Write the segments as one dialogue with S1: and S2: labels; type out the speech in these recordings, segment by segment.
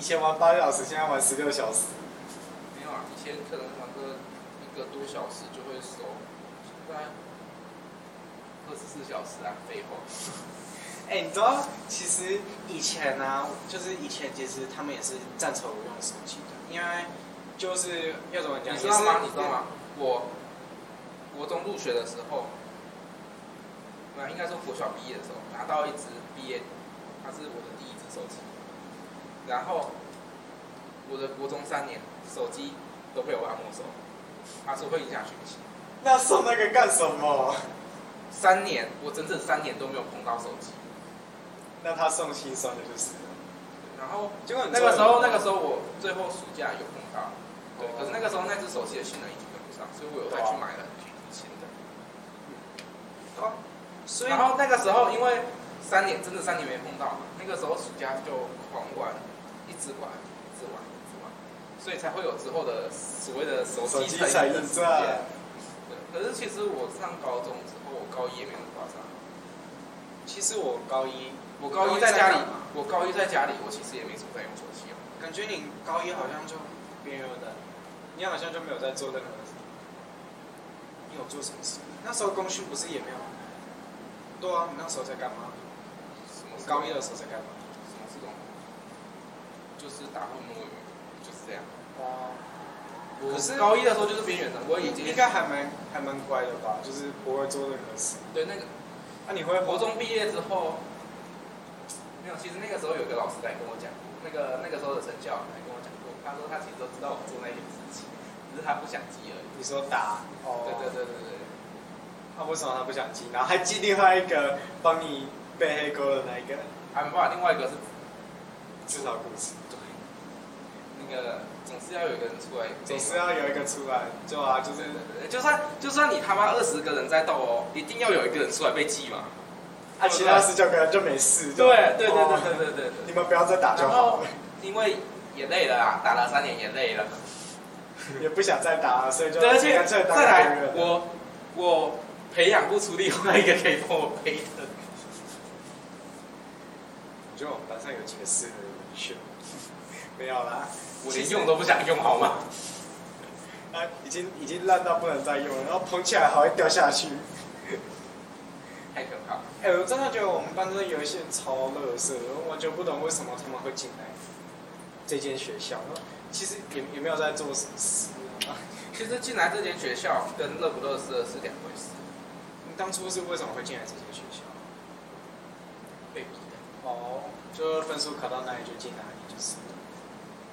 S1: 前玩八个小时，现在玩十六小时。
S2: 没有啊，以前可能玩个一个多小时就会熟，现在二十四小时啊，废话。
S3: 哎、你知道，其实以前啊，就是以前其实他们也是赞成我用手机的，因为就是要怎么讲，
S2: 你知道吗？
S3: 也是
S2: 你知道吗？？我国中入学的时候，那应该说国小毕业的时候，拿到一只 B A，它是我的第一只手机。然后我的国中三年，手机都被我爸没收，他说会影响学习。
S1: 那送那个干什么？
S2: 三年，我整整三年都没有碰到手机。
S1: 那他送心酸的就是了。
S2: 然后
S1: 结果你
S2: 那个时候，那个时候我最后暑假有碰到，对，
S1: 哦
S2: 可是那个时候那只手机的性能已经跟不上，所以我有再去买了新的。对啊
S3: 所以
S2: 然后那个时候因为三年真的三年没碰到，那个时候暑假就狂玩，一直玩，一直玩，一直玩，所以才会有之后的所谓的手
S1: 手
S2: 机
S1: 机
S2: 成
S1: 才
S2: 瘾的
S1: 一
S2: 事
S1: 转
S2: 件。。对，可是其实我上高中之后，我高一也没有那么夸张。
S3: 其实我高一，
S2: 我高一在家里
S3: 高一在干嘛，
S2: 我高一在家里，我其实也没什么在用手机哦。
S3: 感觉你高一好像就没有的，你好像就没有在做任何事。你有做什么事？那时候功勋不是也没有？对啊，你那时候在干嘛？
S2: 什么
S3: 我
S2: 事
S3: 高一的时候在干嘛？
S2: 什么事都没有就是打混摸鱼，就是这样。
S3: 哦，
S2: 我
S3: 可是
S2: 高一的时候就是边缘人，我已经
S3: 应该还蛮还蛮乖的吧，就是不会做任何事。
S2: 对那个
S3: 那、你会
S2: 国中毕业之后，没有，其实那个时候有个老师来跟我讲过，那个那个时候的成效来跟我讲过，他说他其实都知道我做那些事情，只是他不想记而已。
S3: 你说打哦，
S2: 对对对对对，
S1: 那、为什么他不想记？然后还记另外一个帮你背黑锅的那一个，
S2: 还没办法，另外一个是
S1: 至少故事，
S2: 对，那个总是要有一个人出来，
S1: 总是要有一个出来，就啊，就
S2: 对
S1: 是
S2: 对对，就算就算你他妈二十个人在斗哦，一定要有一个人出来被记嘛。
S1: 啊，其他十九个人就没事。就
S2: 对对对对
S1: 哦
S2: 对对对对。
S1: 你们不要再打就
S2: 然后
S1: 好了，
S2: 因为也累了啊，打了三年也累了。
S1: 也不想再打了，所以就
S2: 对，而且
S1: 干脆当
S2: 再
S1: 工
S2: 来
S1: 人，
S2: 我我培养不出另外一个可以帮我背的。
S1: 我觉得我们班上有几个适合你选，没有啦，
S2: 我连用都不想用，好吗？
S1: 啊，已经已经烂到不能再用了，然后捧起来还会掉下去。
S2: 太可怕了！
S3: 哎、我真的觉得我们班真的有一些人超乐色，我就不懂为什么他们会进来这间学校。其实也也没有在做什么事啊。
S2: 其实进来这间学校跟乐不乐色是两回事，
S3: 你当初是为什么会进来这间学校？
S2: 被逼的。
S3: 哦，就是分数考到哪里就进哪里，就是。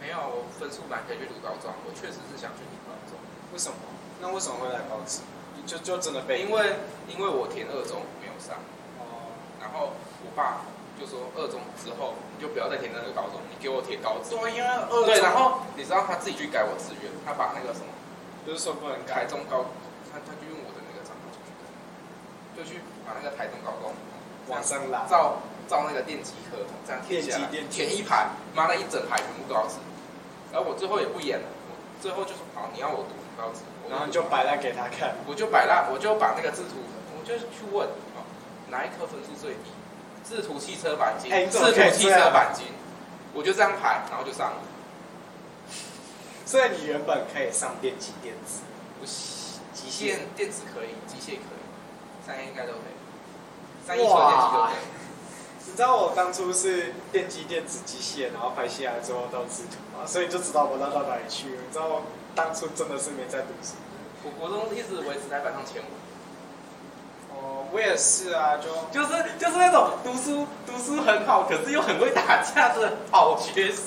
S2: 没有，我分数满可以去读高中，我确实是想去读高中，
S3: 为什么？那为什么会来高职？就就真的被
S2: 因为因为我填二中没有上，
S3: 哦，
S2: 然后我爸就说二中之后你就不要再填那个高中，你给我填高中。
S3: 对，因为二
S2: 对，
S1: 啊
S2: 然后你知道他自己去改我志愿，他把那个什么
S3: 不是说不能
S2: 台
S3: 改，
S2: 中高，他他就用我的那个账号去改，就去把那个台中高工
S1: 往上拉，
S2: 照照那个电机科这样填下来，
S1: 电机电机
S2: 填一排，妈的一整排全部高职，然后我最后也不演了，我最后就说好，你要我读高职，我
S1: 然后你就摆烂给他看。
S2: 我就摆烂，我就把那个制图，我就去问哦，哪一科分数最低？制图汽车钣金
S1: 哎你，
S2: 制
S1: 怎么可以
S2: 图汽
S1: 这
S2: 车
S1: 样
S2: 钣金，我就这样排，然后就上了，
S1: 所以你原本可以上电机电子，
S2: 不行。
S1: 极
S2: 电
S1: 限
S2: 电子可以，机械可以，三 A 应该都可以，三一纯电机都可以。
S1: 你知道我当初是电机电子机械，然后排下来之后到制图嘛，所以就知道我烂到哪里去了。你知道我当初真的是没在读书，
S2: 我国中一直维持在班上前五，
S3: 哦，我也是啊，就
S2: 就是就是那种读书读书很好，可是又很会打架的好学生。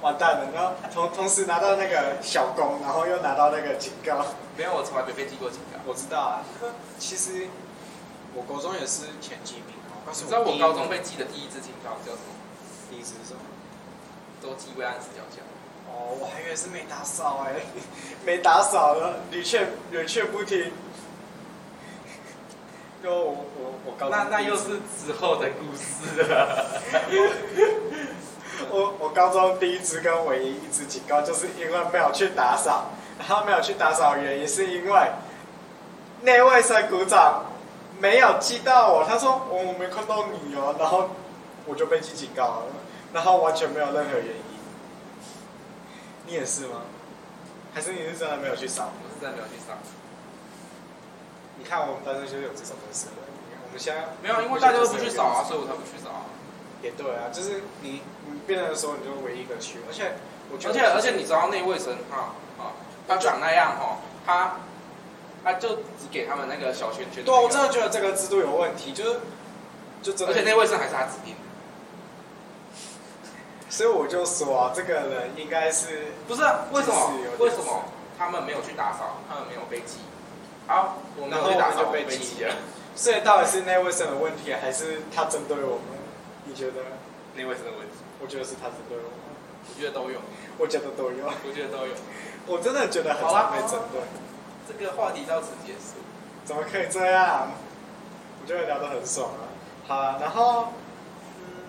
S1: 完蛋了。然后同同时拿到那个小工，然后又拿到那个警告。
S2: 没有，我从来没被记过警告。
S3: 我知道啊。其实我高中也是前几名啊，我
S1: 哦
S3: 告诉
S2: 你
S3: 你
S2: 知道我
S3: 第一
S2: 高中被记的第一次警告叫什么？
S3: 第一次是什么？
S2: 周记未按时缴交。
S3: 哦，我还以为是没打扫哎、
S1: 欸没打扫啊了，屡劝屡劝不听。就我我我高中
S2: 那那
S1: 第一
S2: 又
S1: 次
S2: 是之后的故事了。
S1: 我我高中第一支跟唯一一支警告，就是因为没有去打扫，然后没有去打扫的原因是因为那位生股长没有记到我，他说我没看到你哦，然后我就被记警告了，然后完全没有任何原因。你也是吗？还是你是真的没有去扫？
S2: 我是真的没有去上，
S1: 你看我们班上就有这种人是，我们现在
S2: 没有，因为大家都不去扫啊，所以我才不去扫啊。
S1: 也对啊，就是你你变成的时候，你就唯一一个去，而且我觉
S2: 而
S1: 得，
S2: 且而且你知道内卫生哈啊，他长那样哈，他他就只给他们那个小圈圈的那个。
S1: 对啊，我真的觉得这个制度有问题，就是就真
S2: 而
S1: 的，
S2: 且内卫生还是他指定的，
S1: 所以我就说啊，这个人应该是
S2: 不是啊？为什么
S1: 其实有点
S2: 为什么他们没有去打扫，他们没有被记？好，我没
S1: 然
S2: 有
S1: 后
S2: 去打
S1: 我
S2: 扫，
S1: 们就被
S2: 被
S1: 记
S2: 了。
S1: 所以到底是内卫生的问题，还是他针对我们？你觉得？
S2: 内卫生的问题，
S1: 我觉得是他针对我们，
S2: 我觉得都有，
S1: 我觉得都有，
S2: 我觉得都有。
S1: 我真的觉得很常被针对，
S2: 这个话题到此结束。
S1: 怎么可以这样？我觉得聊得很爽啊。好啊，然后
S3: 嗯，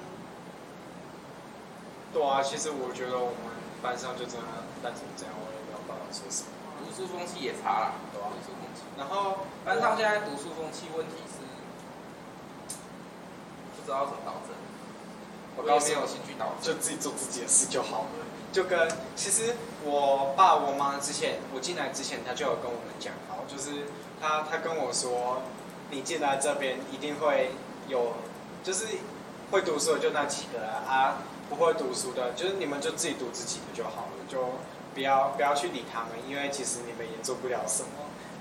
S3: 对啊，其实我觉得我们班上就真的烂成这样，我也没有办法说什么。
S2: 读书风气也差了，对吧、读书风气，
S3: 然后
S2: 班上现在读书风气问题是不知道怎么导正，
S1: 我
S2: 也
S1: 告诉
S2: 没
S1: 你
S2: 有，兴趣导正。
S1: 就自己做自己的事就好了。
S3: 就跟其实我爸我妈之前我进来之前，他就有跟我们讲好，就是他他跟我说，你进来这边一定会有，就是会读书的就那几个啊，啊不会读书的，就是你们就自己读自己的就好了，就不要不要去理他们，因为其实你们也做不了什么。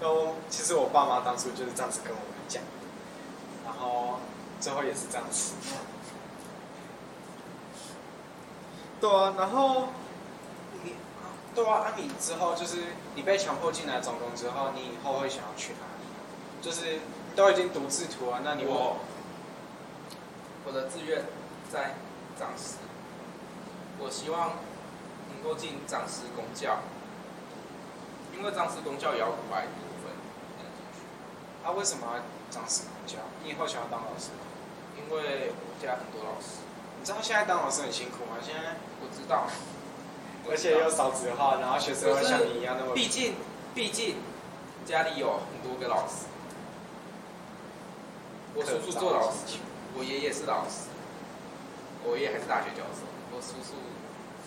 S3: 然后其实我爸妈当初就是这样子跟我们讲的，然后最后也是这样子。
S1: 对啊，然后
S3: 你啊对啊，那、你之后就是你被强迫进来总工之后，你以后会想要去哪里？就是都已经读制图啊，那你我
S1: 嗯
S2: 我我的志愿在长师，我希望能够进长师公教，因为长师公教也要五百多分才能进去。
S3: 啊为什么要当时工教？你以后想要当老师吗？
S2: 因为我家很多老师，
S3: 你知道现在当老师很辛苦吗？现在
S2: 我知道，我
S1: 而
S2: 知
S1: 且
S2: 道
S1: 又少子化，然后学生会像你一样那么
S2: 毕竟，毕竟家里有很多个老师，我叔叔做老师，我爷爷是老师，我爷爷还是大学教授，我叔叔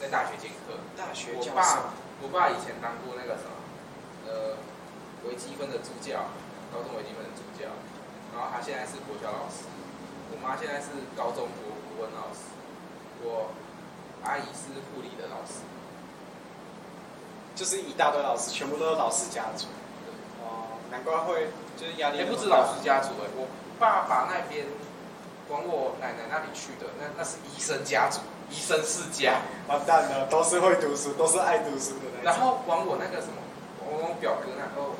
S2: 在大学兼课，
S3: 大学
S2: 我
S3: 教授
S2: 爸，我爸以前当过那个什么，呃，微积分的助教，高中微积分的助教，然后他现在是国小老师，我妈现在是高中国国文老师，我阿姨是护理的老师，
S1: 就是一大堆老师，全部都是老师家族。
S2: 对。
S1: 哦，难怪会就是压力
S2: 也
S1: 那么大。
S2: 不止老师家族哎、我爸爸那边往我奶奶那里去的，那那是医生家族，医生世家。
S1: 完蛋了，都是会读书，都是爱读书的那一种。
S2: 然后往我那个什么，往我表哥那哦，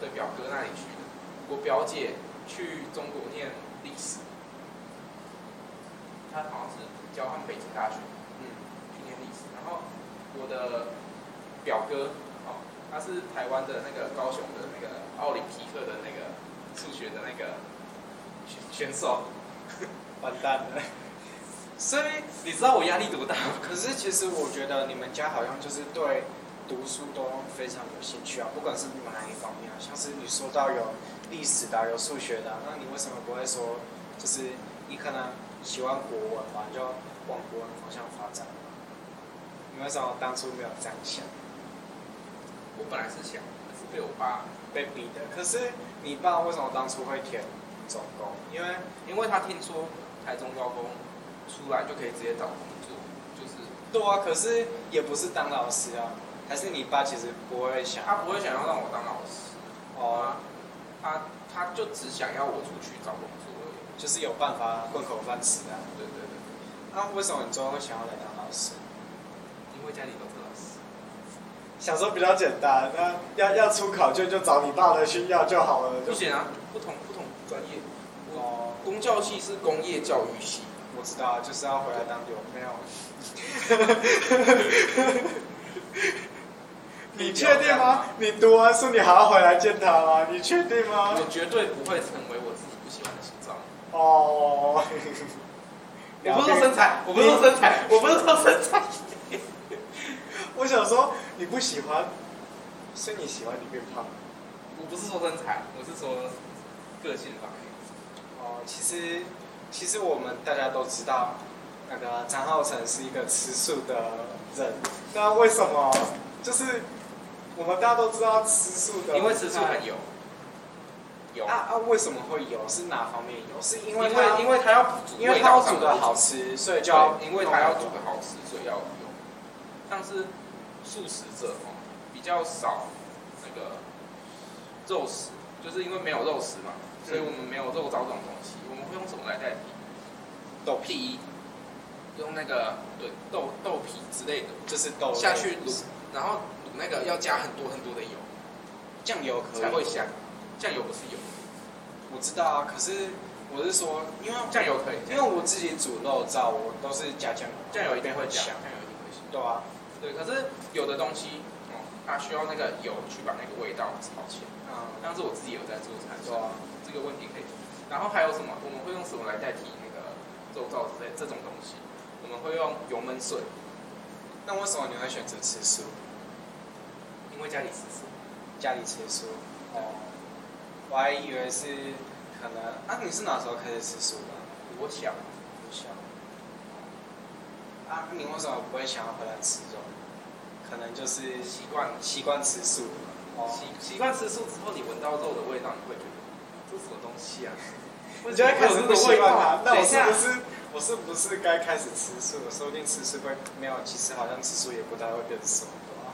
S2: 对表哥那里去的。我表姐去中国念历史，她好像是交换北京大学
S3: 嗯，
S2: 去念历史。然后我的表哥哦，他是台湾的那个高雄的那个奥林匹克的那个数学的那个选选手。
S1: 完蛋了，
S3: 所以
S2: 你知道我压力多大吗？
S3: 可是其实我觉得你们家好像就是对读书都非常有兴趣啊，不管是你们哪一方面啊，像是你说到有历史的啊、有数学的啊、那你为什么不会说就是你可能喜欢国文嘛，你就往国文方向发展？你为什么当初没有这样想？
S2: 我本来是想，可是被我爸，
S3: 被逼的。可是你爸为什么当初会填总工？因为
S2: 因为他听说台中高工出来就可以直接找工作，就是
S3: 对啊，可是也不是当老师啊，还是你爸其实不会想啊
S2: 他不会想要让我当老师，
S3: 哦，
S2: 他他就只想要我出去找工作而已。
S3: 就是有办法混口饭吃啊。
S2: 对对对，
S3: 那、为什么你最后会想要来当老师？
S2: 因为家里都是老师，
S1: 想说比较简单，那要要出考卷就找你爸的去要就好了。就
S2: 不行啊，不同不同专业，我
S3: 哦，
S2: 工教系是工业教育系，
S3: 我知道啊，就是要回来当流没 有。哦
S1: 你确定吗？你读完书你还要回来见他吗？你确定吗？
S2: 我绝对不会成为我自己不喜欢的形状。
S1: 哦，
S2: 我不是说身材，我不是说身材，我不是说身材。
S1: 我想说你不喜欢，所以你喜欢你变胖。
S2: 我不是说身材，我是说个性方面。
S3: 哦，其实其实我们大家都知道，那个张浩成是一个吃素的人，
S1: 那为什么？就是我们大家都知道吃素的，
S2: 因为吃素很油，油，
S3: 啊啊，为什么会有？是哪方面有？是因
S2: 因
S3: 为
S2: 为
S3: 它
S2: 因为它要煮
S3: 因为它要煮的好，吃，所以就要
S2: 对，因为它要煮的好吃，所以要油。像是素食者哦，比较少那个肉食，就是因为没有肉食嘛，
S3: 嗯
S2: 所以我们没有肉燥这种东西，我们会用什么来代替？
S3: 豆皮，
S2: 皮，用那个对豆豆皮之类的
S3: 就是豆
S2: 下去卤，然后卤那个要加很多很多的油
S3: 酱油可以
S2: 才会香，酱油不是油，
S3: 我知道啊，可是我是说，因为
S2: 酱油可以，
S3: 因为我自己煮肉燥，我都是加酱油，
S2: 酱油一定会
S3: 香
S2: 加，酱油一定会加。
S3: 对啊，
S2: 对，可是有的东西哦，它需要那个油去把那个味道炒起来。
S3: 嗯，
S2: 但是我自己有在做菜，
S3: 对啊，
S2: 这个问题可以。然后还有什么？我们会用什么来代替那个肉燥之类这种东西？我们会用油焖水，
S3: 那为什么你会选择吃素？
S2: 因为家里吃素。
S3: 家里吃素？哦，我还以为是可能啊，你是哪时候开始吃素的？
S2: 我想，
S3: 不想。啊，你为什么不会想要回来吃肉？可能就是
S2: 习惯
S3: 习惯吃素。哦
S2: 习习惯吃素之后，你闻到肉的味道，你会觉得这什么东西啊？
S1: 你就会开始不习惯它。那
S2: 等
S1: 我
S2: 一
S1: 是
S2: 下
S1: 不，是
S3: 我啊是不是该开始吃素了？说不定吃素会没有，啊其实好像吃素也不太会变瘦，对吧？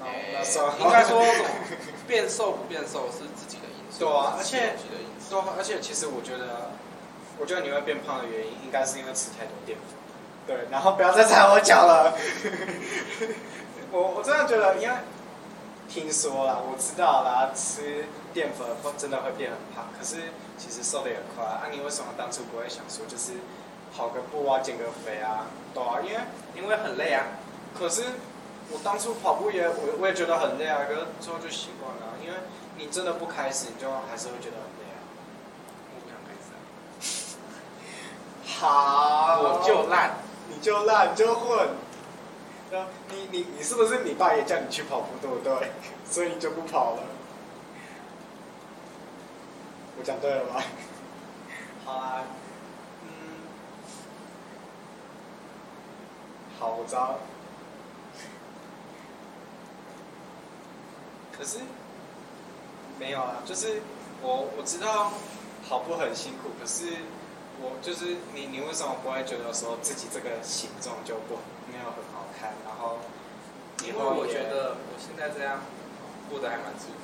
S3: 那那算了
S2: 诶哎应 该说怎么变瘦不变瘦是自己的因素，
S3: 对啊
S2: 是
S3: 而且
S2: 自己的因素。
S3: 对啊，而且其实我觉得，我觉得你会变胖的原因，应该是因为吃太多淀粉。
S1: 对？然后不要再踩我脚了。
S3: 我我真的觉得，因为
S1: 听说啦，我知道啦，
S3: 吃淀粉会真的会变很胖，可是其实瘦的也很快啊。啊你为什么当初不会想说，就是跑个步啊，减个肥啊？对啊，因为
S2: 因为很累啊，
S3: 可是我当初跑步也我我也觉得很累啊，可是之后就习惯了啊，因为你真的不开始，你就还是会觉得很累啊。
S2: 我不想开始啊，
S1: 好，
S2: 我就烂。
S1: 你就烂，你就混。那你你你是不是你爸也叫你去跑步，对不对？所以你就不跑了。我讲对了吧？
S3: 好啊，嗯，
S1: 好，我知道。
S3: 可是没有啊，就是我我知道跑步很辛苦，可是我就是你你为什么不会觉得说自己这个形状就不没有很好看，然后
S2: 因为我觉得我现在这样过得还蛮舒服。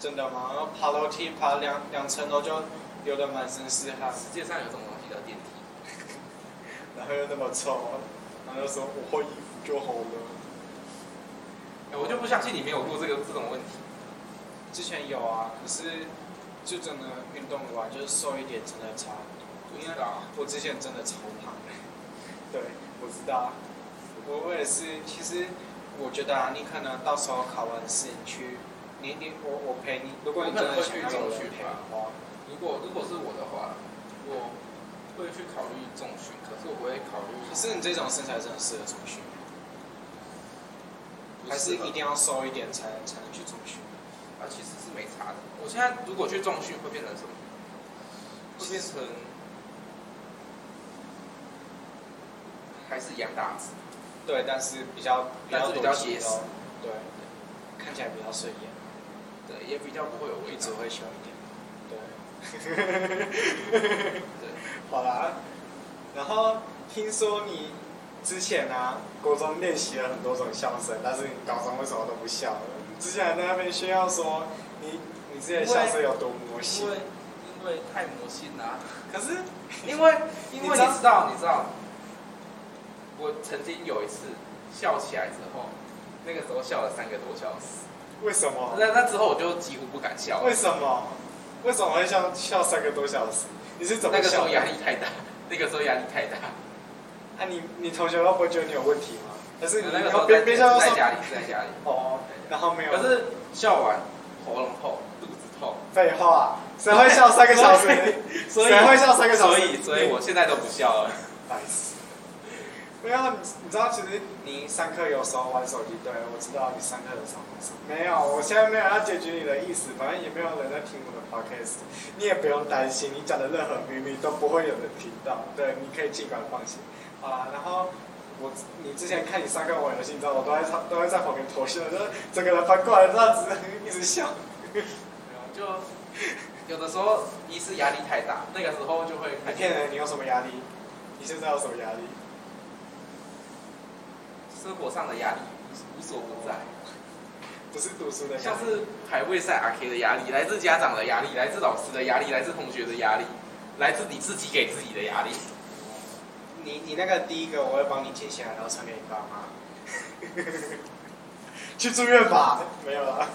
S3: 真的吗？然后爬楼梯爬两两层楼就流得满身是汗，
S2: 世界上有这种东西叫电梯，
S1: 然后又那么臭，然后又说我换衣服就好了。
S2: 哎我就不相信你没有过这个这种问题。
S3: 之前有啊，可是就真的运动完啊就是瘦一点真的差很多，
S2: 不
S3: 因
S2: 知
S3: 为
S2: 道，
S3: 我之前真的超胖的。
S1: 对，我知道。
S3: 我我也是，其实我觉得啊，你可能到时候考完试，你去，你你我我陪你。如果你真的想要我去陪的话，
S2: 如果如果是我的话，我会去考虑重训，可是我不会考虑
S3: 可是你这种身材真的适合中学，
S2: 不适合
S3: 还是一定要瘦一点才才能去中学？
S2: 啊，其实是没差的。我现在如果去重训，会变成什么？会变成还是杨大子？
S3: 对，但是比较
S2: 但是
S3: 多
S2: 比较
S3: 肌
S2: 结实
S3: 肉，对，看起来比较顺眼，
S2: 对，也比较不会有
S3: 我
S2: 味
S3: 一直
S2: 道。
S3: 会小一点。对，
S2: 对，
S1: 好啦，然后听说你之前啊，国中练习了很多种笑声，但是你高中为什么都不笑了？你之前还在那边炫耀说你你之前笑声有多魔性
S2: 因，为因为太魔性啦、
S1: 可是
S2: 因 为因为
S1: 你知道
S2: 你知道，你知道，我曾经有一次笑起来之后，那个时候笑了三个多小时。
S1: 为什么？
S2: 那那之后我就几乎不敢笑了
S1: 哦为，什么？为什么会笑笑三个多小时？你是怎
S2: 那
S1: 么
S2: 个时
S1: 笑
S2: 候
S1: 的？
S2: 压力太大， 那个时候压力太大。
S1: 啊，你你同学会不会觉得你有问题吗？还是你
S2: 那个
S1: 然
S2: 时候
S1: 后别
S2: 在
S1: 别笑
S2: 在
S1: 说
S2: 家里，在家里。
S1: 哦，然后没有？
S2: 可是笑完喉咙痛，肚子痛，
S1: 废话，谁会笑三个小时？
S2: 所以
S1: 谁会笑三个小时？
S2: 所以所以我现在都不笑了。
S1: 白痴。没有，你你知道，其实你上课有时候玩手机，对我知
S3: 哦
S1: 道你上课有时候玩手机。没有，我现在没有要解决你的意思，反正也没有人在听我的 podcast，你也不用担心，你讲的任何秘密都不会有人听到，对，你可以尽管放心。好啦，然后我我你之前看你上课玩游戏，你知道我都在上都会在旁边偷笑，就是整个人翻过来这样子一直笑。
S2: 没有就 有的时候一是压力太大，那个时候就会
S1: 你骗人，你有什么压力？你现在有什么压力？
S2: 生活上的压力无无所不在。
S1: 不是读书的压
S2: 像
S1: 力，
S2: 是排位赛 RK 的压力，来自家长的压力，来自老师的压力，来自同学的压力，来自你自己给自己的压力。
S3: 你你那个第一个我会帮你截下来，然后传给你爸妈。
S1: 去住院吧。没有啊 啦。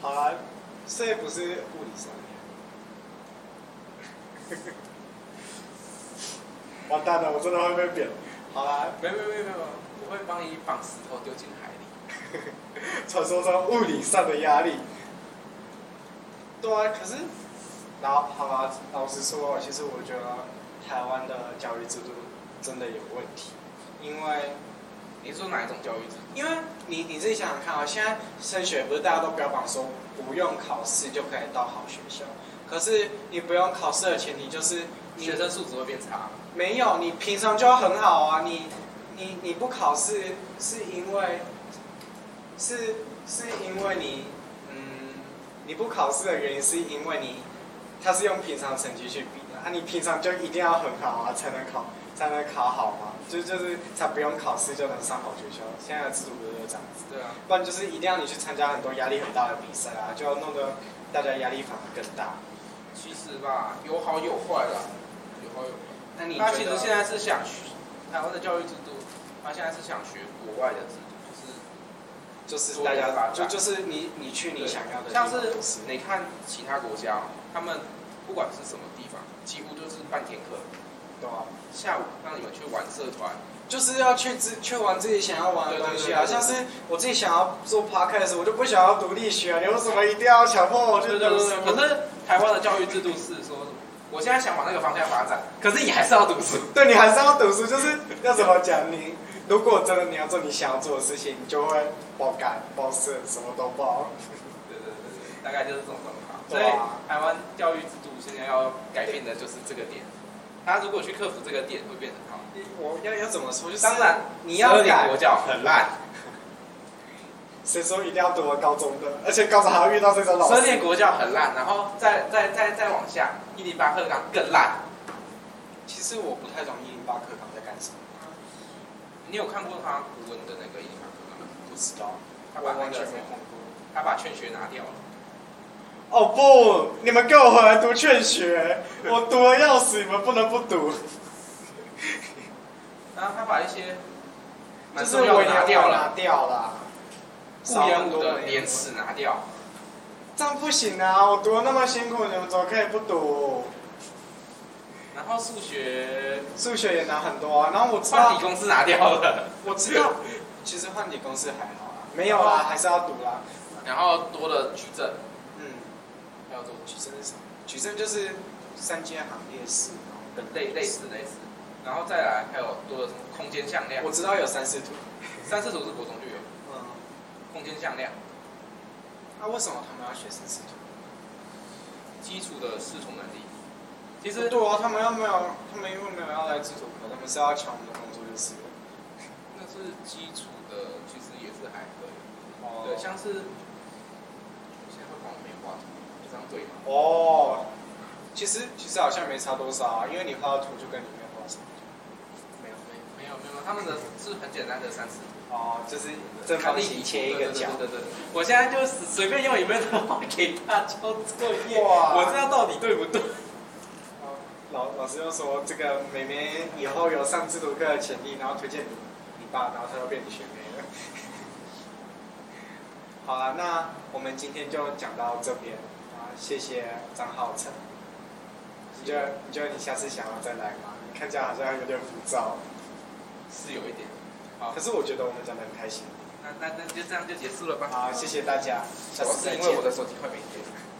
S3: 好啦，所以不是物理上面，
S1: 完蛋了，我真的会被扁。好啦，
S2: 没有没有没有没有，我会帮你绑石头丢进海里。
S1: 传说中物理上的压力，
S3: 对啊，可是，然后好啦，老实说，其实我觉得台湾的教育制度真的有问题，因为
S2: 你说哪一种教育制度？
S3: 因为你你自己想想看啊，现在升学不是大家都标榜说不用考试就可以到好学校，可是你不用考试的前提就是你
S2: 学生素质会变差，
S3: 没有，你平常就要很好啊。你你你不考试是因为是是因为你嗯，
S1: 你不考试的原因是因为你，他是用平常成绩去比的，啊，你平常就一定要很好啊，才能考，才能考好嘛，就就是才不用考试就能上好学校。现在的制度不是就这样子，
S2: 对啊，
S1: 不然就是一定要你去参加很多压力很大的比赛啊，就要弄得大家压力反而更大。
S2: 其实吧，有好有坏啦，有好有坏。
S3: 那你
S2: 他
S3: 觉
S2: 其实
S3: 得
S2: 现在是想学台湾的教育制度，他现在是想学国外的制度，
S3: 就
S2: 就是
S3: 是大家就就是你你去你
S2: 对
S3: 想要的地
S2: 像
S3: 方，
S2: 是你看其他国家哦，他们不管是什么地方，几乎就是半天课，
S3: 对啊，
S2: 下午让你们去玩社团，
S3: 就是要去自去玩自己想要玩的东西啊。
S2: 对对对对对
S3: 像是我自己想要做 podcast，我就不
S1: 不
S3: 想
S1: 想要读力学，你为什么一定要强
S3: 哦
S1: 迫我去读书？
S2: 可是台湾的教育制度是说，我现在想往那个方向发展，可是你还是要读 书。
S1: 对你还是要读书，就是要怎么讲？你如果真的你要做你想要做的事情，你就会爆肝、爆肾，什么都爆。
S2: 对对对对，大概就是这种状况。所
S1: 对
S2: 以
S1: 啊
S2: 台湾教育制度现在要改变的就是这个点，他如果去克服这个点会变得很好。
S3: 我要要怎么说？就是
S2: 当然，
S3: 你要
S2: 12年
S3: 改
S2: 国教很烂，
S1: 谁说一定要读我高中的？而且高中还要遇到这种老
S2: 十二
S1: 师，
S2: 年国教很烂，然后再再再再往下，一零八课纲更烂。
S3: 其实我不太懂一零八课纲在干什么，
S2: 你有看过他古文的那个一零八课纲吗？
S3: 不知道，
S2: 他
S3: 我
S2: 把那
S3: 完
S2: 个
S3: 全
S2: 什
S3: 没
S2: 么
S3: 碰过。
S2: 他把劝学拿掉了。
S1: 哦不，你们给我回来读劝学，我读的要死，你们不能不读。
S2: 然后他把一些蛮
S1: 就是
S2: 重要
S1: 我
S2: 的拿掉
S1: 拿
S2: 了，
S1: 掉了，
S2: 顾炎武的廉耻拿掉，
S1: 这样不行啊！我读的那么辛苦，你们怎么可以不读？
S2: 然后数学
S1: 数学也拿很多啊，然后我知
S2: 换
S1: 道
S2: 底，公式拿掉了，
S3: 我知道，其实换底公司还好啊。
S1: 没有啊，还是要读啦。
S2: 然后多了矩阵，
S3: 嗯，
S2: 还有多
S3: 矩阵是什么？矩阵就是三阶行列式，然后跟
S2: 类类似类似，然后再来还有多了什么空间向量
S3: 我，知道有三视图。
S2: 三四组是国中就有
S3: 嗯，
S2: 空间向量，
S3: 那、为什么他们要学三视图？
S2: 基础的视图能力。其
S3: 其实
S2: 实
S3: 对啊，他们又没有，他们因为没有要来制作课，他们是要抢我们的工作就是了。
S2: 那是基础的，其实也是还可以。
S3: 哦
S2: 对，像是我现在会帮我妹画图，你这样对吗？
S3: 哦，其实其实好像没差多少啊，因为你画的图就跟里面画什么。
S2: 没有没有没有没有，他们的是很简单的三四组。
S3: 哦，就是正方形切一个角。
S2: 对对对对对我现在就随便用一份画给他交作业，
S1: 哇
S2: 我知道到底对不对。
S1: 老老师又说这个妹妹以后有上制度课的潜力，然后推荐你你爸，然后他又变你学妹了。
S3: 好了，那我们今天就讲到这边啊，谢谢张浩成。
S1: 你觉得你觉得你下次想要再来吗？你看起来好像有点浮躁，
S2: 是有一点，
S1: 可是我觉得我们讲的很开心。啊
S2: 那那那就这样就结束了吧。
S1: 好，谢谢大家，
S2: 主
S1: 下
S2: 要
S1: 次
S2: 是
S1: 再
S2: 因
S1: 见
S2: 为我。的手机快没电了。